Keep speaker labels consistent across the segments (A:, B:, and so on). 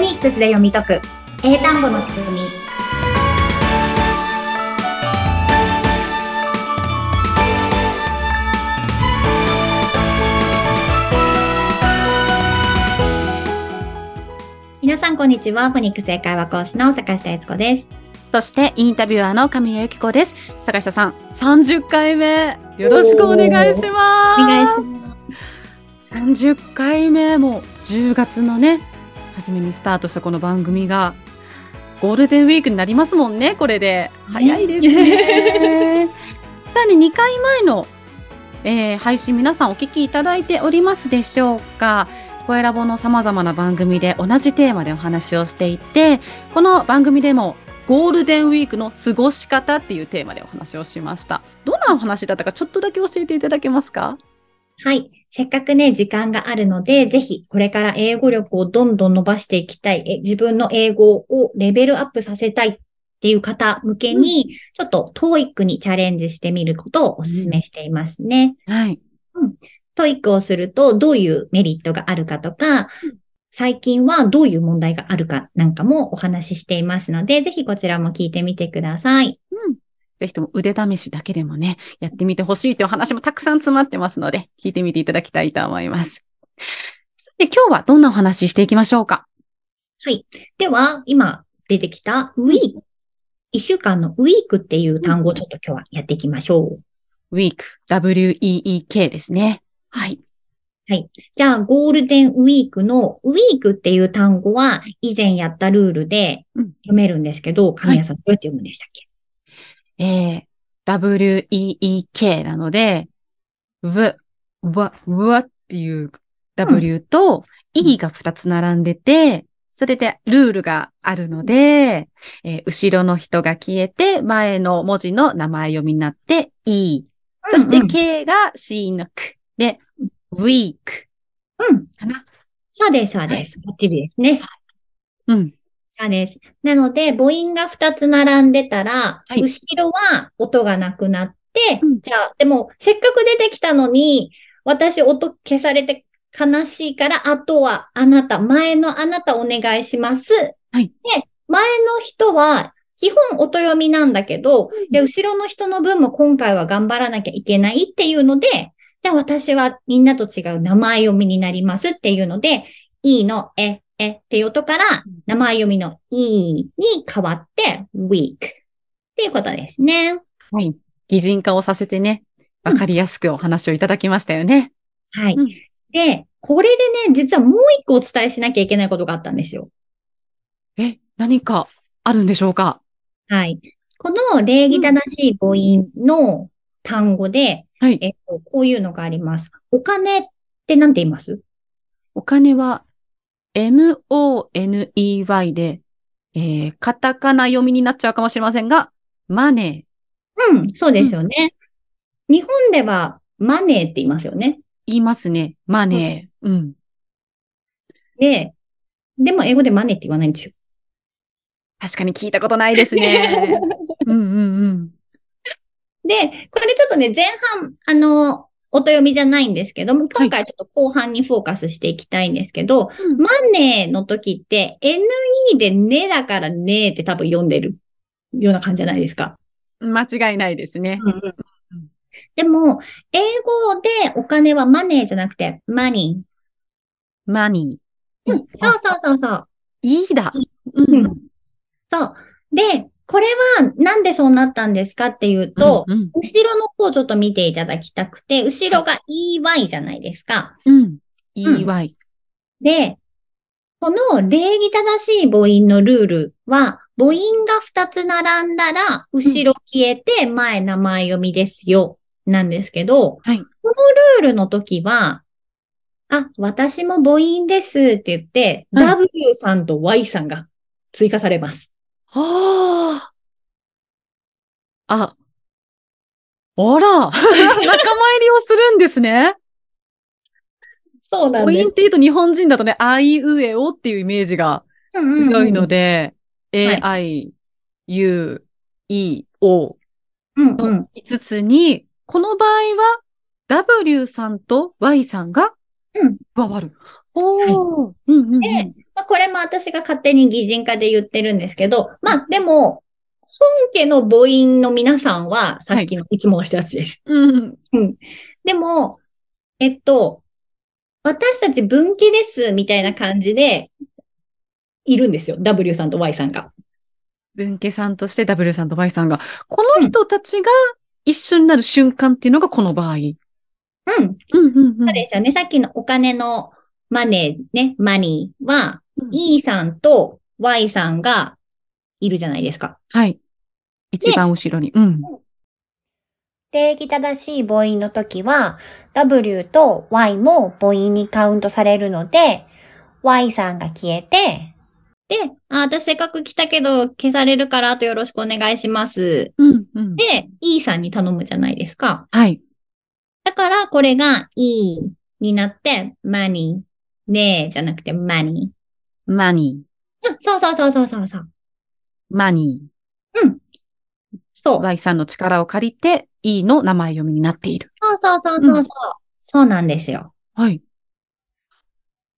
A: ニックスで読み解く英単語の仕組み皆さんこんにちはフォニックス英会話講師の坂下悦子です
B: そしてインタビュアーの神谷由紀子です。坂下さん、30回目よろしくお願いし
A: お
B: ます。
A: 願いします
B: す。30回目も10月のね、初めにスタートしたこの番組がゴールデンウィークになりますもんね、これで。早いですね。 さらに2回前の、えー配信皆さんお聞きいただいておりますでしょうか。声ラボの様々な番組で同じテーマでお話をしていて、この番組でもゴールデンウィークの過ごし方っていうテーマでお話をしました。どんなお話だったかちょっとだけ教えていただけますか
A: はい。せっかくね、時間があるので、ぜひ、これから英語力をどんどん伸ばしていきたい、え自分の英語をレベルアップさせたいっていう方向けに、ちょっと TOEIC にチャレンジしてみることをお勧めしていますね。
B: はい。
A: TOEIC をすると、どういうメリットがあるかとか、最近はどういう問題があるかなんかもお話ししていますので、ぜひこちらも聞いてみてください。
B: ぜひとも腕試しだけでもね、やってみてほしいというお話もたくさん詰まってますので、聞いてみていただきたいと思います。さて、今日はどんなお話ししていきましょうか
A: では、今出てきたウィーク。一週間のウィークっていう単語をちょっと今日はやっていきましょう。
B: ?week, w-e-e-k ですね。はい。
A: じゃあ、ゴールデンウィークのウィークっていう単語は以前やったルールで
B: うん
A: 読めるんですけど、神谷さんどうやって読むんでしたっけ、
B: えー、w-e-e-k なので、w, w, w っていう w と e が2つ並んでて、それでルールがあるので、えー後ろの人が消えて、前の文字の名前読みになって e。そして
A: うんうん
B: k が c の k で、week
A: うん。
B: かな。
A: そうです、そうです。バッチリですね。
B: うん。
A: そうです。なので、母音が2つ並んでたら、
B: はい
A: 後ろは音がなくなって、
B: うん
A: じゃあ、でも、せっかく出てきたのに、私音消されて悲しいから、あとはあなた、前のあなたお願いします。
B: はい
A: で、前の人は、基本音読みなんだけど、で、後ろの人の分も今回は頑張らなきゃいけないっていうので、じゃあ私はみんなと違う名前読みになりますっていうので、E のえ、えっていう音から、名前読みの E に変わって、week っていうことですね。
B: はい。擬人化をさせてね、わかりやすくお話をいただきましたよね。
A: はい。
B: うん
A: で、これでね、実はもう一個お伝えしなきゃいけないことがあったんですよ。
B: え、何かあるんでしょうか
A: はい。この礼儀正しい母音の単語で、
B: はい。
A: えっと、こういうのがあります。お金って何て言います
B: お金は、money で、えー、カタカナ読みになっちゃうかもしれませんが、マネ
A: うん、そうですよね。日本ではマネーって言いますよね。
B: ー、言いますね。マネー。うん。
A: で、でも英語でマネーって言わないんですよ。
B: 確かに聞いたことないですね。 うんうんうん。
A: で、これちょっとね、前半、あの、音読みじゃないんですけども、今回ちょっと後半にフォーカスしていきたいんですけど、
B: うん
A: マネーの時って、NE でねだからねーって多分読んでるような感じじゃないですか。
B: 間違いないですね。ん
A: でも、英語でお金はマネーじゃなくて、マニー。
B: マニー。
A: うん、そうそうそうそう。
B: いいだ。
A: んそう。で、これはなんでそうなったんですかっていうと、
B: うん
A: 後ろの方ちょっと見ていただきたくて、後ろが EY じゃないですか。
B: うん。EY。
A: で、この礼儀正しい母音のルールは、母音が2つ並んだら、後ろ消えて前名前読みですよ、なんですけど、
B: はい
A: このルールの時は、あ、私も母音ですって言って、
B: はい
A: W さんと Y さんが追加されます。
B: はあ。あ。あら。 仲間入りをするんですね。
A: そうな
B: 母音って言うと日本人だとね、あいうえおっていうイメージが強いので、
A: ん
B: a, i, u, e, o
A: うんうん、
B: の5つに、この場合は w さんと y さんが
A: うん
B: 加わる。おー、うんうんうん
A: でまあ、これも私が勝手に擬人化で言ってるんですけど、まあでも、本家の母音の皆さんは、さっきのいつもの人たちです。
B: うん。
A: でも、えっと、私たち分岐です、みたいな感じで、いるんですよ。W さんと Y さんが。
B: 文家さんとして W さんと Y さんが、この人たちが一緒になる瞬間っていうのがこの場合。うん
A: うん。そ
B: うんうん。
A: うですよね。さっきのお金のマネーね、マニーは、E さんと Y さんがいるじゃないですか。
B: はい。一番後ろに。うん。
C: 礼儀正しい母音の時は、W と Y も母音にカウントされるので、Y さんが消えて、
A: で、あ、私せっかく来たけど消されるからあとよろしくお願いします。
B: うんうん。
A: で、E さんに頼むじゃないですか。
B: はい。
A: だからこれが E になって、マニー、ねえじゃなくてマニー。
B: マニ
A: うんそうそうそうそうそうそう。
B: ー。マニー。
A: そう。
B: Y さんの力を借りて、E の名前読みになっている。
A: そうそうそうそうそう。
B: うん
A: そうなんですよ。
B: はい。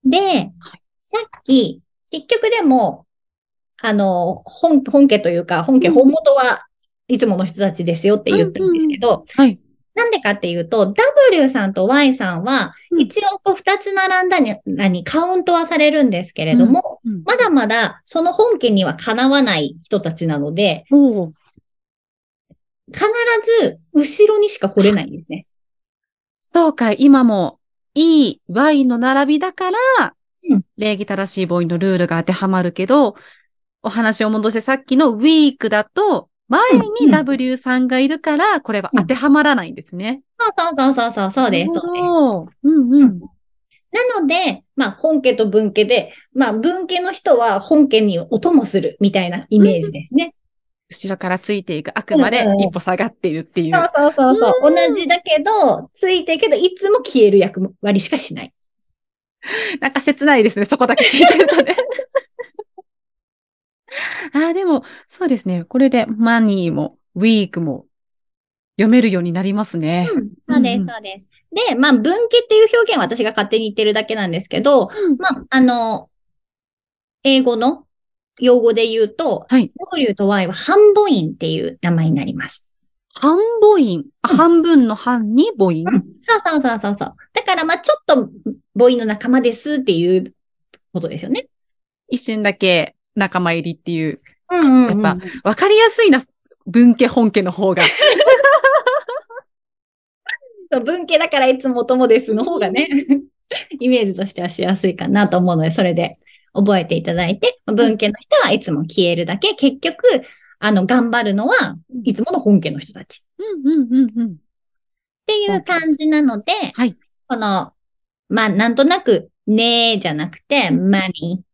A: で、さっき、結局でも、あの、本、本家というか、本家、
B: うん
A: 本元はいつもの人たちですよって言ったんですけど、
B: はい。
A: なんでかっていうと、W さんと Y さんは、
B: うん
A: 一応こう二つ並んだに、何、カウントはされるんですけれども、
B: うん、
A: まだまだその本家にはかなわない人たちなので、
B: おお。
A: 必ず後ろにしか来れないんですね。
B: そうか、今も E、Y の並びだから、
A: うん
B: 礼儀正しい母音のルールが当てはまるけど、お話を戻してさっきの week だと、前
A: うんう
B: に
A: ん
B: W さんがいるから、これは当てはまらないんですね。
A: そうそうそうそう、そうです、
B: なる
A: そうです。
B: ほどうんうん。
A: なので、まあ、本家と文家で、まあ、文家の人は本家にお供するみたいなイメージですね。
B: 後ろからついていく、あくまで
A: うんうん
B: 一歩下がっているっていう。
A: そうそうそうそう。同じだけど、ついてるけど、いつも消える役割しかしない。
B: なんか切ないですね、そこだけ聞いてるとね。 ああ、でも、そうですね。これで、マニーも、ウィークも、読めるようになりますね。
A: そうで
B: うん
A: す、
B: うん
A: そうです。で、まあ、文家っていう表現は私が勝手に言ってるだけなんですけど、
B: うん
A: まあ、あの、英語の用語で言うと、
B: はい
A: W と Y は半母音っていう名前になります。
B: 半母音。あ半分の半に母音。
A: うん、そうそうそうそうそう。だから、まあ、ちょっと母音の仲間ですっていうことですよね。
B: 一瞬だけ仲間入りっていう。
A: うん
B: うんうんやっわかりやすいな、文家本家の方が。
A: そう文系だからいつもお供ですの方がね、 イメージとしてはしやすいかなと思うので、それで覚えていただいて、文系の人はいつも消えるだけ、結局、あの、頑張るのは、いつもの本家の人たちっ
B: うんうんうんうん。
A: ていう感じなので、
B: はい
A: この、まあ、なんとなく、ねーじゃなくて、マニ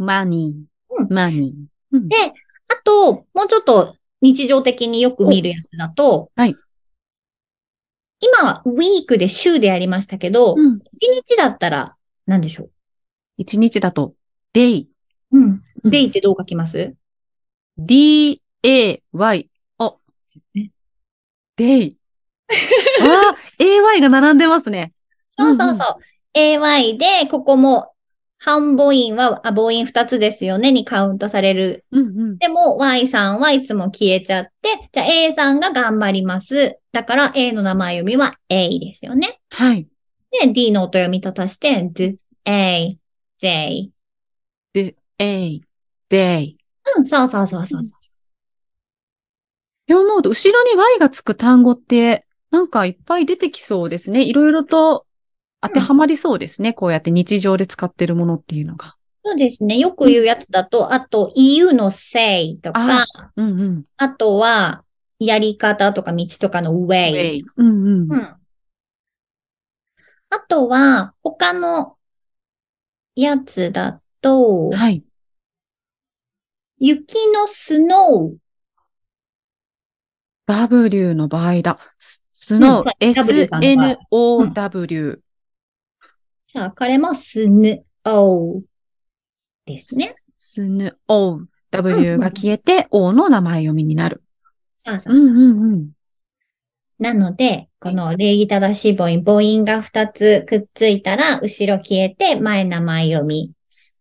A: ー。
B: マニ
A: う
B: ー。マニー。うん
A: であと、もうちょっと日常的によく見るやつだと、
B: はい
A: 今はウィークで週でやりましたけど、
B: うん
A: 一日だったら何でしょ
B: 一日だと、デイ。
A: ううん。
B: うん
A: デイってどう書きます
B: D-A-Y。あ、デイ。あー、AY が並んでますね。
A: そうそうそう。AY で、ここも半母音は、あ母音二つですよねにカウントされる。
B: うんうん。
A: でも Y さんはいつも消えちゃって、じゃあ A さんが頑張ります。だから A の名前読みは A ですよね。
B: はい。
A: で、D の音読みと足して、D、A、J。
B: で、A、デイ。
A: うん、そうそうそうそうそう。
B: って思うと、後ろに Y がつく単語って、なんかいっぱい出てきそうですね。いろいろと当てはまりそうですね。こうやって日常で使ってるものっていうのが。
A: そうですね。よく言うやつだと、あと EU の say とか、
B: あうんうん。
A: あとは、やり方とか道とかの way。
B: イ。うんうん。
A: うん。あとは、他のやつだと、
B: はい。
A: 雪のスノー。
B: W の場合だ。スノ
A: うん
B: ー、
A: W さんの場合
B: S-N-O-W。
A: じゃあ、これもスヌオーですね。
B: スヌ、O、W が消えて、O の名前読みになる。
A: そうそううん
B: うんうん。
A: なので、この礼儀正しい母音、母音が2つくっついたら、後ろ消えて、前名前読み。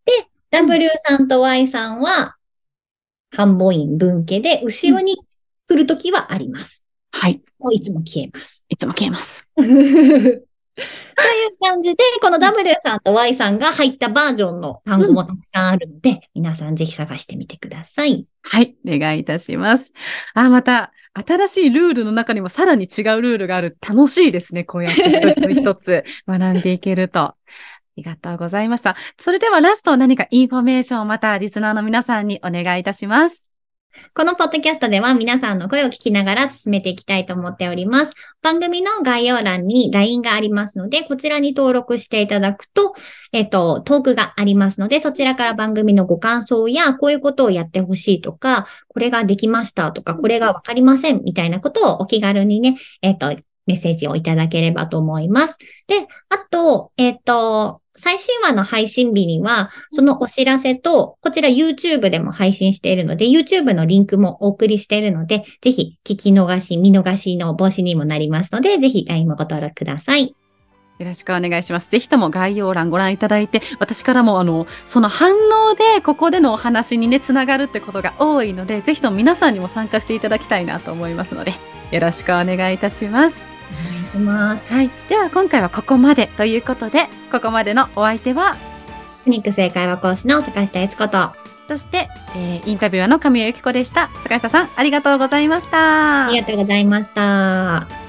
A: で、 W さんと Y さんは、半母音文系で、後ろに来るときはあります。
B: はい。
A: もういつも消え ます。
B: いつも消えます。
A: という感じで、この W さんと Y さんが入ったバージョンの単語もたくさんあるので、皆さんぜひ探してみてください。
B: はい。お願いいたします。あ、また、新しいルールの中にもさらに違うルールがある。楽しいですね。こうやって一つ一 つ学んでいけると。ありがとうございました。それではラスト何かインフォメーションをまたリスナーの皆さんにお願いいたします。
A: このポッドキャストでは皆さんの声を聞きながら進めていきたいと思っております。番組の概要欄に LINE がありますので、こちらに登録していただくと、えっと、トークがありますので、そちらから番組のご感想や、こういうことをやってほしいとか、これができましたとか、これがわかりませんみたいなことをお気軽にね、えっと、メッセージをいただければと思います。で、あと、えっと、最新話の配信日には、そのお知らせと、こちら YouTube でも配信しているので、YouTube のリンクもお送りしているので、ぜひ聞き逃し、見逃しの防止にもなりますので、ぜひ LINE もご登録ください。
B: よろしくお願いします。ぜひとも概要欄ご覧いただいて、私からもあの、その反応でここでのお話にね、つながるってことが多いので、ぜひとも皆さんにも参加していただきたいなと思いますので、よろしくお願いいたします。
A: お願いします。
B: はい。では今回はここまでということで、ここまでのお相手は、
A: ニック正解は講師の坂下悦子と、
B: そして、えーインタビュアーの神谷由紀子でした。坂下さん、ありがとうございました。
A: ありがとうございました。